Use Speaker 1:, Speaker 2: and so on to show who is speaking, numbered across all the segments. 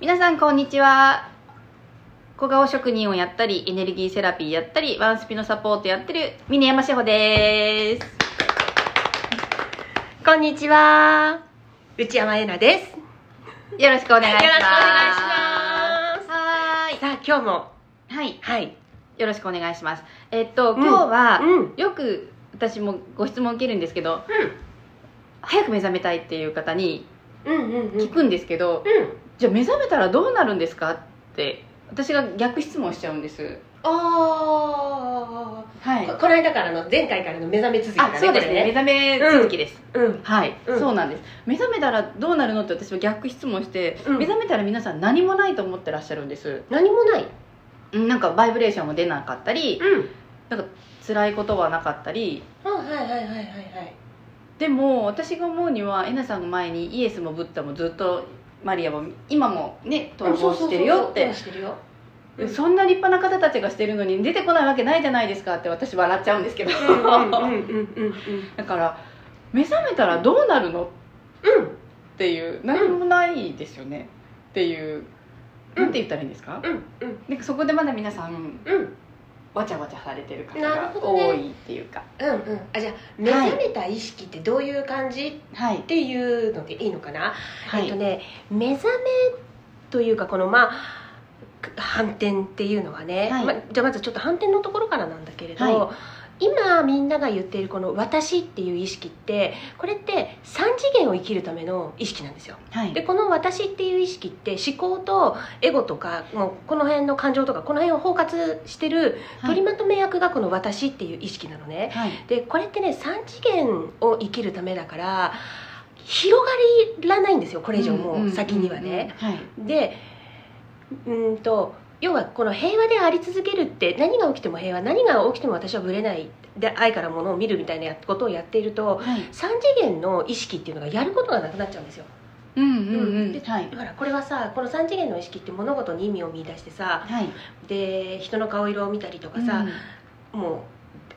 Speaker 1: 皆さんこんにちは小顔職人をやったりエネルギーセラピーやったりワンスピのサポートやってる峰山志保です
Speaker 2: こんにちは。内山えなです。よ
Speaker 1: よろしくお願いし
Speaker 2: ろ
Speaker 1: ます
Speaker 2: しくお願いしま
Speaker 1: はー
Speaker 2: す。さあ、今日も、
Speaker 1: いはい
Speaker 2: はい。
Speaker 1: よろしくお願いしますえっと
Speaker 2: うん
Speaker 1: 今日は、
Speaker 2: うん。うん。
Speaker 1: よく私もご質問受けるんですけど早く目覚めたいっていう方に
Speaker 2: うんうんうん。
Speaker 1: 聞くんですけど、
Speaker 2: うん。
Speaker 1: じゃあ目覚めたらどうなるんですかって私が逆質問しちゃうんです
Speaker 2: お
Speaker 1: は
Speaker 2: ー。ここの間からの、前回からの目覚め続きだ
Speaker 1: あ
Speaker 2: ね。
Speaker 1: そうですね目
Speaker 2: こ
Speaker 1: 覚め続きです、
Speaker 2: れね。うん。
Speaker 1: はい、
Speaker 2: うん
Speaker 1: そうなんです目覚めたらどうなるのって私は逆質問して、
Speaker 2: うん
Speaker 1: 目覚めたら皆さん何もないと思ってらっしゃるんです
Speaker 2: 何もない。
Speaker 1: うんなんかバイブレーションも出なかったり
Speaker 2: うん。
Speaker 1: 辛いことはなかったり
Speaker 2: はいはいはいはいはい。
Speaker 1: でも私が思うにはえなさんの前にイエスもブッダもずっとマリアも今もね統合してるよって
Speaker 2: 統合してるよ。
Speaker 1: うんそんな立派な方たちがしてるのに出てこないわけないじゃないですかって私笑っちゃうんですけど
Speaker 2: うんうんうんうん
Speaker 1: だから目覚めたらどうなるのっ
Speaker 2: うん。うん。
Speaker 1: ていう何もないですよねっていう
Speaker 2: うん
Speaker 1: なんて言ったらいいんですか
Speaker 2: うんうん
Speaker 1: なんかそこでまだ皆さん
Speaker 2: うん。
Speaker 1: わちゃわちゃされてる方
Speaker 2: なる
Speaker 1: が
Speaker 2: ほどね
Speaker 1: 多いっていうか、
Speaker 2: うんうん、あじゃあ目覚めた意識ってどういう感じ、っ
Speaker 1: はい
Speaker 2: ていうのでいいのかな、
Speaker 1: は
Speaker 2: えっ
Speaker 1: い
Speaker 2: とね目覚めというかこのまあ反転っていうのはね、
Speaker 1: はい
Speaker 2: まじゃあまずちょっと反転のところからなんだけれど、
Speaker 1: は
Speaker 2: 今みんなが言っているこの「私」っていう意識ってこれって3次元を生きるための意識なんですよ
Speaker 1: はい
Speaker 2: でこの「私」っていう意識って思考とエゴとかもうこの辺の感情とかこの辺を包括してる取りまとめ役がこの「私」っていう意識なのね、
Speaker 1: はい
Speaker 2: でこれってね3次元を生きるためだから広がりらないんですよこれ以上もう先にはね、
Speaker 1: うんうんうん
Speaker 2: でうーんと要はこの平和であり続けるって何が起きても平和何が起きても私はぶれないで愛から物を見るみたいなことをやっていると
Speaker 1: はいはい
Speaker 2: 3次元の意識っていうのがやることがなくなっちゃうんですよ
Speaker 1: うんうんうん
Speaker 2: で
Speaker 1: はい
Speaker 2: だからこれはさこの3次元の意識って物事に意味を見出してさ
Speaker 1: はい
Speaker 2: で人の顔色を見たりとかさ、
Speaker 1: うん
Speaker 2: もう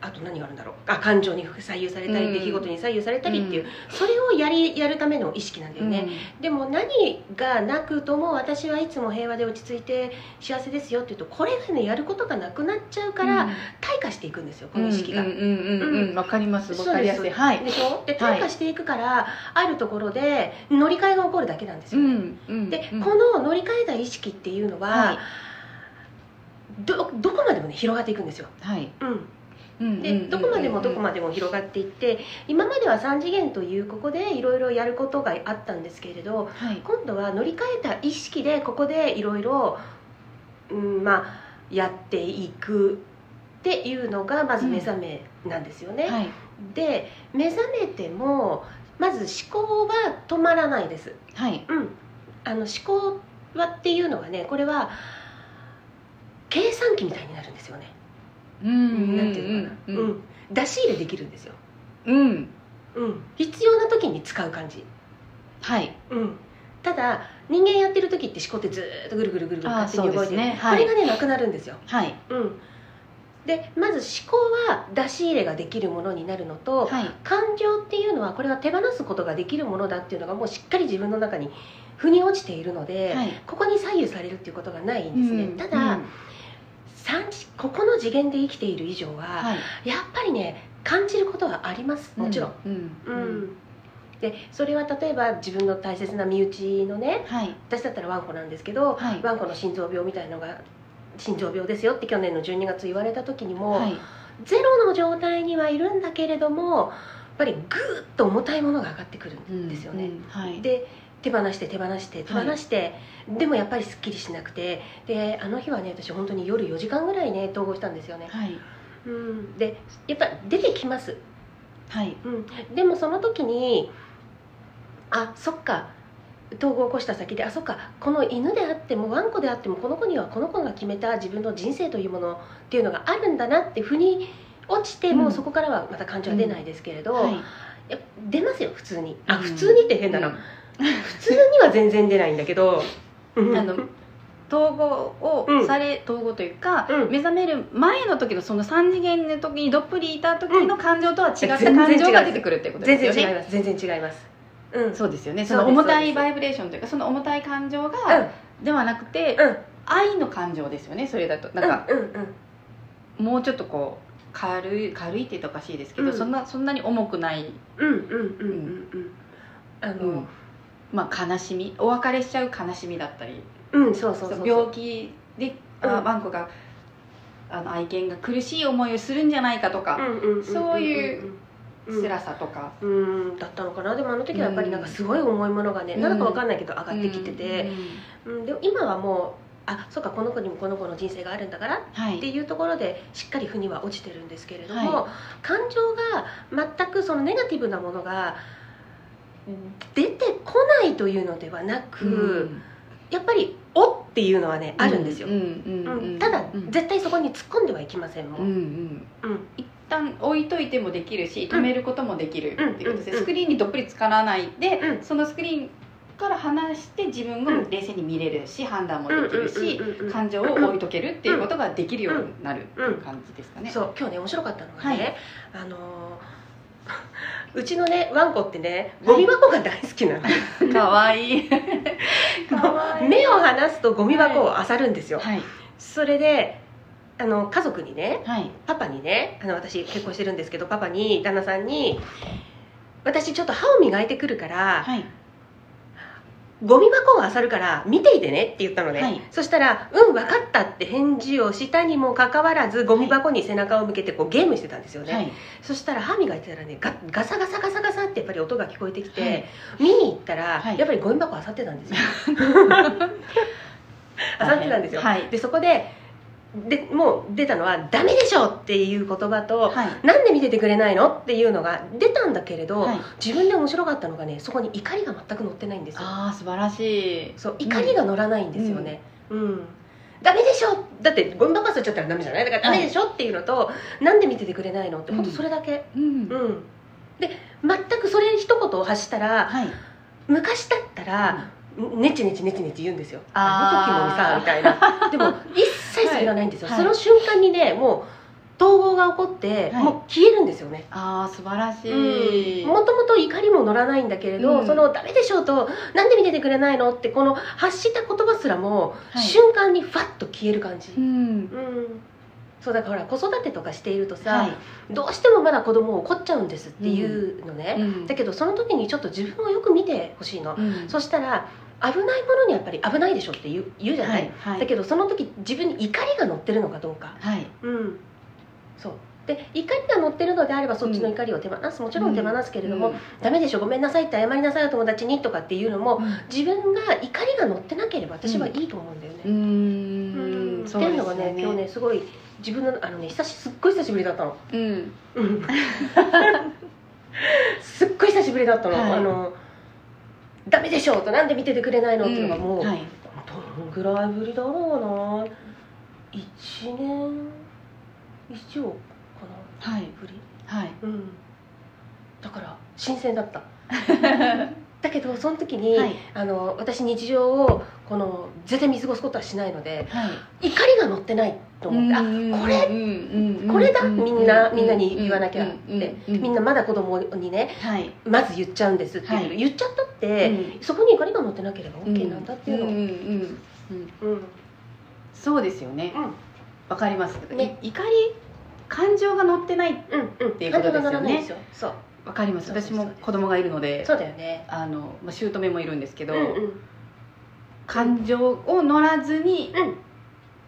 Speaker 2: あと何があるんだろうあ感情に左右されたり、
Speaker 1: うん
Speaker 2: 出来事に左右されたりっていう、それをやりやるための意識なんだよね、でも何がなくとも私はいつも平和で落ち着いて幸せですよっていうとこれがねやることがなくなっちゃう
Speaker 1: う
Speaker 2: か
Speaker 1: ん
Speaker 2: ら、退化していくんですよこの意識が。
Speaker 1: うんうんうんうんうんわかりますわ
Speaker 2: そうです
Speaker 1: かりやすいはい
Speaker 2: でしょで
Speaker 1: はい
Speaker 2: 退化していくから、あるところで乗り換えが起こるだけなんです
Speaker 1: う
Speaker 2: よね、
Speaker 1: んうん
Speaker 2: で、
Speaker 1: うん
Speaker 2: この乗り換えた意識っていうのは、
Speaker 1: はい
Speaker 2: どどこまでもね広がっていくんですよ、
Speaker 1: はい
Speaker 2: うん、
Speaker 1: うんうんうん
Speaker 2: でどこまでもどこまでも広がっていって今までは3次元というここでいろいろやることがあったんですけれど
Speaker 1: はい
Speaker 2: 今度は乗り換えた意識でここでいろいろうんまあやっていくっていうのがまず目覚めなんですよね、
Speaker 1: はい
Speaker 2: で目覚めてもまず思考は止まらないです、
Speaker 1: はい
Speaker 2: うん、あの思考はっていうのはねこれは計算機みたいになるんですよね、
Speaker 1: うん
Speaker 2: なんていうのか
Speaker 1: う
Speaker 2: な、
Speaker 1: ん
Speaker 2: うん、出し入れできるんですよ
Speaker 1: うん
Speaker 2: うん、必要な時に使う感じ、
Speaker 1: はい
Speaker 2: うん、ただ人間やってる時って思考ってずーっとぐるぐるぐるぐる
Speaker 1: あー
Speaker 2: 勝手に動い
Speaker 1: そう
Speaker 2: て
Speaker 1: です
Speaker 2: る、
Speaker 1: ねはい
Speaker 2: これがねなくなるんですよ、
Speaker 1: はい
Speaker 2: うん、でまず思考は出し入れができるものになるのと、
Speaker 1: はい
Speaker 2: 感情っていうのはこれは手放すことができるものだっていうのがもうしっかり自分の中に腑に落ちているので、
Speaker 1: はい
Speaker 2: ここに左右されるっていうことがないんですね、
Speaker 1: うん
Speaker 2: ただ、
Speaker 1: うん
Speaker 2: 三次ここの次元で生きている以上は、
Speaker 1: はい
Speaker 2: やっぱりね感じることはありますもちろん、
Speaker 1: うんう
Speaker 2: うんん、でそれは例えば自分の大切な身内のね
Speaker 1: はい
Speaker 2: 私だったらワンコなんですけど、
Speaker 1: はい
Speaker 2: ワンコの心臓病みたいのが心臓病ですよって去年の12月言われた時にも、
Speaker 1: はい
Speaker 2: ゼロの状態にはいるんだけれどもやっぱりグーッと重たいものが上がってくるんですよね。
Speaker 1: うんはい
Speaker 2: で手放して手放して手放して、でもやっぱりすっきりしなくてであの日はね私本当に夜4時間ぐらいね統合したんですよね、
Speaker 1: はい
Speaker 2: うん、でやっぱ出てきます
Speaker 1: はい
Speaker 2: うん、でもその時にあそっか統合を起こした先であそっかこの犬であってもワンコであってもこの子にはこの子が決めた自分の人生というものっていうのがあるんだなって腑に落ちて、
Speaker 1: うん
Speaker 2: もうそこからはまた感情は出ないですけれど、
Speaker 1: はい
Speaker 2: いや出ますよ普通にあ
Speaker 1: うん
Speaker 2: 普通にって変だな、
Speaker 1: うん
Speaker 2: 普通には全然出ないんだ けど、うん
Speaker 1: あの統合
Speaker 2: う
Speaker 1: を
Speaker 2: ん
Speaker 1: され、統合というか、
Speaker 2: うん
Speaker 1: 目覚める前の時のその3次元の時にどっぷりいた時の感情とは違った
Speaker 2: 全然
Speaker 1: 感
Speaker 2: 違う
Speaker 1: 情が出てくるってこと
Speaker 2: 全
Speaker 1: ですよ
Speaker 2: 然違い
Speaker 1: ね
Speaker 2: ます全然違いますうん
Speaker 1: そうですよねそ
Speaker 2: そうです
Speaker 1: の重たい
Speaker 2: そうです
Speaker 1: バイブレーションというかその重たい感情
Speaker 2: うん
Speaker 1: がではなくて、
Speaker 2: うん
Speaker 1: 愛の感情ですよねそれだとなんか、
Speaker 2: うんうんうん
Speaker 1: もうちょっとこう軽い軽いって言うとおかしいですけど、
Speaker 2: うん
Speaker 1: そんなそんなに重くない、
Speaker 2: うんうんうんうんうんあの、うん
Speaker 1: まあ、悲しみお別れしちゃう悲しみだったり
Speaker 2: そうそうそう
Speaker 1: そ
Speaker 2: そうう
Speaker 1: 病気で、あ
Speaker 2: うん
Speaker 1: ワンコがあの愛犬が苦しい思いをするんじゃないかと
Speaker 2: うん
Speaker 1: か、
Speaker 2: うんうんうん
Speaker 1: そういう
Speaker 2: うん
Speaker 1: 辛さとか、
Speaker 2: うんだったのかなでもあの時はやっぱりなんかすごい重いものがね、
Speaker 1: うん
Speaker 2: なんだかわかんないけど上が
Speaker 1: 上
Speaker 2: ってきてて、うんでも今はもうあそうかこの子にもこの子の人生があるんだから
Speaker 1: は
Speaker 2: って
Speaker 1: い
Speaker 2: いうところでしっかり腑には落ちてるんですけれども、
Speaker 1: は
Speaker 2: 感情が全くそのネガティブなものが出てこないというのではなく、やっぱり「お」っていうのはねあるんですよ、
Speaker 1: ううんうん
Speaker 2: うんただ、
Speaker 1: うん
Speaker 2: 絶対そこに突っ込んではいきませんも、
Speaker 1: うんんうん
Speaker 2: うん
Speaker 1: 一旦置いといてもできるし止めることもできるって
Speaker 2: うん
Speaker 1: いうことで、
Speaker 2: うんうん
Speaker 1: スクリーンにどっぷりつからないで、
Speaker 2: うん
Speaker 1: そのスクリーンから離して自分が冷静に見れるし、判断もできるし、
Speaker 2: うんうん
Speaker 1: 感情を置いとけるっていうことができるようになるっていう感じですかね。
Speaker 2: そう今日ね面白かったのがね、
Speaker 1: は
Speaker 2: あのー うちのねワンコってね
Speaker 1: はい
Speaker 2: ゴミ箱が大好きなの、
Speaker 1: 可愛い可愛い
Speaker 2: 目を離すとゴミ箱を漁るんですよ、
Speaker 1: はい
Speaker 2: それであの家族にね
Speaker 1: はい
Speaker 2: パパにねあの私結婚してるんですけどパパに旦那さんに「私ちょっと歯を磨いてくるから、
Speaker 1: はい
Speaker 2: ゴミ箱を漁るから見ていてね」って言ったのね、
Speaker 1: はい
Speaker 2: そしたら「うん分かった」って返事をしたにもかかわらずゴミ箱に背中を向けてこうゲームしてたんですよね、
Speaker 1: はい
Speaker 2: そしたら歯磨いてたらねガガサガサガサガサってやっぱり音が聞こえてきて、
Speaker 1: はい
Speaker 2: 見に行ったら、
Speaker 1: はい
Speaker 2: やっぱりゴミ箱あさってた んですよあさってたんですよ、
Speaker 1: はい
Speaker 2: でそこででもう出たのは「ダメでしょ!」っていう言葉と
Speaker 1: はい
Speaker 2: 「なんで見ててくれないの?」っていうのが出たんだけれど、
Speaker 1: はい
Speaker 2: 自分で面白かったのがねそこに怒りが全く乗ってないんですよ
Speaker 1: ああ素晴らしい
Speaker 2: そう怒りが乗らないんですよねうん、ダメでしょだってゴミ箱あさっちゃったらダメじゃないだからダメでしょっていうのと、なんで見ててくれないのって本当それだけ、
Speaker 1: うん
Speaker 2: うん、で全くそれ一言を発したら
Speaker 1: はい
Speaker 2: 昔だったら、ねちねちねちねち言うんですよあ
Speaker 1: あ
Speaker 2: の時も にさみたいなでも一切それがないんですよ、
Speaker 1: はい
Speaker 2: その瞬間にねもう統合が起こって、
Speaker 1: はい
Speaker 2: もう消えるんですよね
Speaker 1: ああ素晴らしい、
Speaker 2: もともと怒りも乗らないんだけれど、
Speaker 1: うん
Speaker 2: その「ダメでしょ」と「なんで見ててくれないの?」ってこの発した言葉すらも、
Speaker 1: はい
Speaker 2: 瞬間にファッと消える感じ、
Speaker 1: うん
Speaker 2: うんそうだからほら子育てとかしているとさ、
Speaker 1: はい
Speaker 2: どうしてもまだ子供を怒っちゃうんですっていうのね、
Speaker 1: うん
Speaker 2: だけどその時にちょっと自分をよく見てほしいの、
Speaker 1: うん
Speaker 2: そしたら危ないものにやっぱり危ないでしょって言う言うじゃない、
Speaker 1: はいはい
Speaker 2: だけどその時自分に怒りが乗ってるのかどうか
Speaker 1: はい
Speaker 2: うんそうで怒りが乗ってるのであればそっちの怒りを手放す、もちろん手放すけれども、
Speaker 1: うん
Speaker 2: ダメでしょごめんなさいって謝りなさいお友達にとかっていうのも自分が怒りが乗ってなければ私はいいと思うんだよね、
Speaker 1: う
Speaker 2: うんって
Speaker 1: そう
Speaker 2: いう
Speaker 1: です
Speaker 2: の
Speaker 1: よ
Speaker 2: が
Speaker 1: ね
Speaker 2: ね今日ねすごい自分のあのね久しすっごい久しぶりだったの
Speaker 1: うん
Speaker 2: うんすっごい久しぶりだったの、
Speaker 1: はい
Speaker 2: あのダメでしょとなんで見ててくれないのっていうのがもう、
Speaker 1: はい
Speaker 2: どのぐらいぶりだろうな1年以上かな
Speaker 1: はい
Speaker 2: ぶり
Speaker 1: はい
Speaker 2: うんだから新鮮だった だけどその時に、
Speaker 1: はい
Speaker 2: あの私日常をこの絶対見過ごすことはしないので
Speaker 1: はい
Speaker 2: 怒りが乗ってないと思って、あこれ
Speaker 1: れ
Speaker 2: これだみんなみんなに言わなきゃっ
Speaker 1: うん
Speaker 2: て
Speaker 1: うんうん
Speaker 2: みんなまだ子供にね
Speaker 1: はい
Speaker 2: まず言っちゃうんですっていう、
Speaker 1: はい
Speaker 2: 言っちゃったって、そこに怒りが乗ってなければ
Speaker 1: うん
Speaker 2: OK なんだっていうの
Speaker 1: うんうんうんうん
Speaker 2: うん、
Speaker 1: そうですよね
Speaker 2: うん
Speaker 1: わかります
Speaker 2: ね
Speaker 1: い怒り感情が乗ってない
Speaker 2: うんうん
Speaker 1: ていうことですよね
Speaker 2: 感情が乗らないですよそう
Speaker 1: わかります
Speaker 2: そうそう
Speaker 1: 私
Speaker 2: そう
Speaker 1: も子供がいるので
Speaker 2: そうだよね
Speaker 1: あのまあ姑もいるんですけど
Speaker 2: うんうん
Speaker 1: 感情を乗らずに
Speaker 2: うん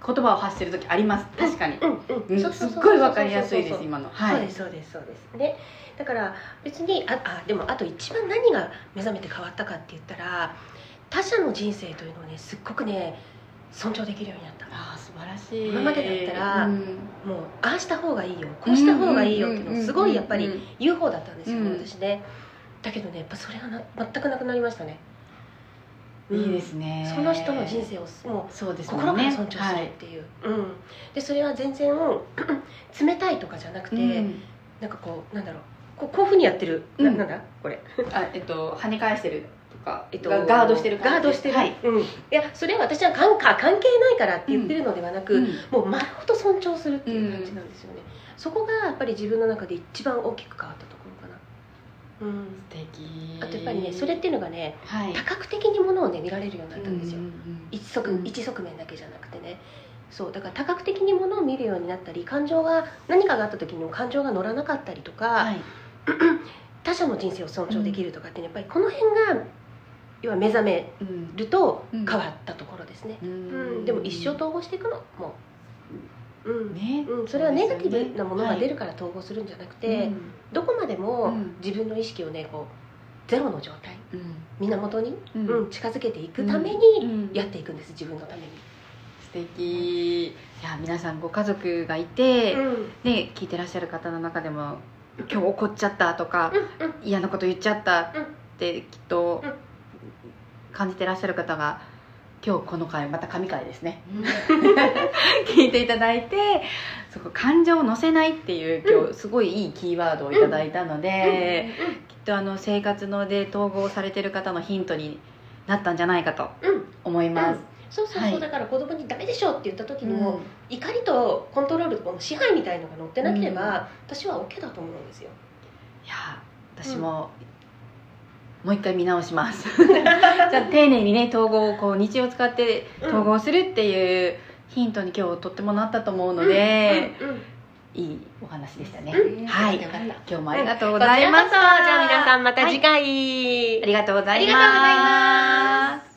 Speaker 1: 言葉を発してる時あります確かに
Speaker 2: うん
Speaker 1: う
Speaker 2: うんんそう
Speaker 1: す
Speaker 2: そうそ
Speaker 1: っ
Speaker 2: うそうそう
Speaker 1: ごいわかりやすいで
Speaker 2: そう
Speaker 1: す
Speaker 2: そう
Speaker 1: 今のは
Speaker 2: そう
Speaker 1: い
Speaker 2: ですそうですそうですねだから別にああでもあと一番何が目覚めて変わったかって言ったら他者の人生というのをねすっごくね尊重できるようになった
Speaker 1: ああ素晴らしい
Speaker 2: 今までだったら
Speaker 1: うん
Speaker 2: もうああした方がいいよこうした方がいいよっていうのをすごいやっぱ
Speaker 1: うんうん
Speaker 2: り
Speaker 1: うん
Speaker 2: 言う方だったんですよね、
Speaker 1: うん
Speaker 2: 私ねだけどねやっぱそれがな全くなくなりましたね
Speaker 1: いいで
Speaker 2: ね、
Speaker 1: すね
Speaker 2: その人の人生をも
Speaker 1: そうで
Speaker 2: う
Speaker 1: すも
Speaker 2: 心
Speaker 1: ん
Speaker 2: か
Speaker 1: ね
Speaker 2: ら尊重するっていう、うん、でそれは全然 冷たいとかじゃなくて、
Speaker 1: はいうん
Speaker 2: なんかこうなんだろうこうこういうふうにやってる、な
Speaker 1: うん
Speaker 2: なんだこれ、
Speaker 1: あえっと跳ね返してるとか
Speaker 2: えっと、
Speaker 1: ガガードしてる
Speaker 2: ガードしてる、
Speaker 1: はい
Speaker 2: うん、いやそれは私は関関係ないからって言ってるのではなく、
Speaker 1: うん
Speaker 2: もう丸ごと尊重するっていう感じなんですよね、そこがやっぱり自分の中で一番大きく変わったところかなうん、
Speaker 1: 素敵
Speaker 2: あとやっぱりねそれっていうのがね
Speaker 1: はい
Speaker 2: 多角的にものをね見られるようになったんですよ、
Speaker 1: うんうん
Speaker 2: 一側
Speaker 1: うん
Speaker 2: 一側面だけじゃなくてねそうだから多角的にものを見るようになったり感情が何かがあった時にも感情が乗らなかったりとか、
Speaker 1: うんはい
Speaker 2: 他者の人生を尊重できるとかって、ねやっぱりこの辺が要は目覚め
Speaker 1: うん
Speaker 2: ると
Speaker 1: うん
Speaker 2: 変わったところですね、
Speaker 1: う
Speaker 2: うん
Speaker 1: ん
Speaker 2: でも一生統合していくのもう、うん
Speaker 1: ね
Speaker 2: うん、それはネガテ
Speaker 1: そうですよ
Speaker 2: ィブ
Speaker 1: ね
Speaker 2: なものが
Speaker 1: はい
Speaker 2: 出るから統合するんじゃなくて、
Speaker 1: うん
Speaker 2: どこまで
Speaker 1: う
Speaker 2: も
Speaker 1: ん
Speaker 2: 自分の意識をねこうゼロの状態
Speaker 1: うん
Speaker 2: 源に、
Speaker 1: う
Speaker 2: うんん、近づけていくために
Speaker 1: うん
Speaker 2: やっていくんです自分のために。
Speaker 1: 素敵いや皆さんご家族がいて、
Speaker 2: うん
Speaker 1: ね聞いてらっしゃる方の中でも今日怒っちゃったとか
Speaker 2: うんうん
Speaker 1: 嫌なこと言っちゃったっ
Speaker 2: うん
Speaker 1: てきっと
Speaker 2: うん
Speaker 1: 感じてらっしゃる方が今日この回また神回ですね 聞いていただいてそこ感情を乗せないっていう今日すごいいいキーワードをいただいたので、きっとあの生活ので統合されてる方のヒントになったんじゃないかと
Speaker 2: うんうん
Speaker 1: 思います。
Speaker 2: そうそうそう、
Speaker 1: はい
Speaker 2: だから子供に「ダメでしょ」って言った時に
Speaker 1: う
Speaker 2: も、
Speaker 1: ん
Speaker 2: 怒りとコントロールとかの支配みたいのが乗ってなければ、私は OK だと思うん ですよ。
Speaker 1: いやー私も、もう一回見直します じゃあ丁寧にね統合をこう日を使って統合するっていうヒントに今日とってもなったと思うので、
Speaker 2: うんうん
Speaker 1: いいお話でしたね、
Speaker 2: うん
Speaker 1: はい
Speaker 2: よかったよかった
Speaker 1: 今日もありがとうご
Speaker 2: こちら
Speaker 1: ざいま
Speaker 2: こ
Speaker 1: す
Speaker 2: そじゃあ皆さんまた次回、
Speaker 1: ありがとうござい
Speaker 2: ありがとうござい
Speaker 1: ま
Speaker 2: ます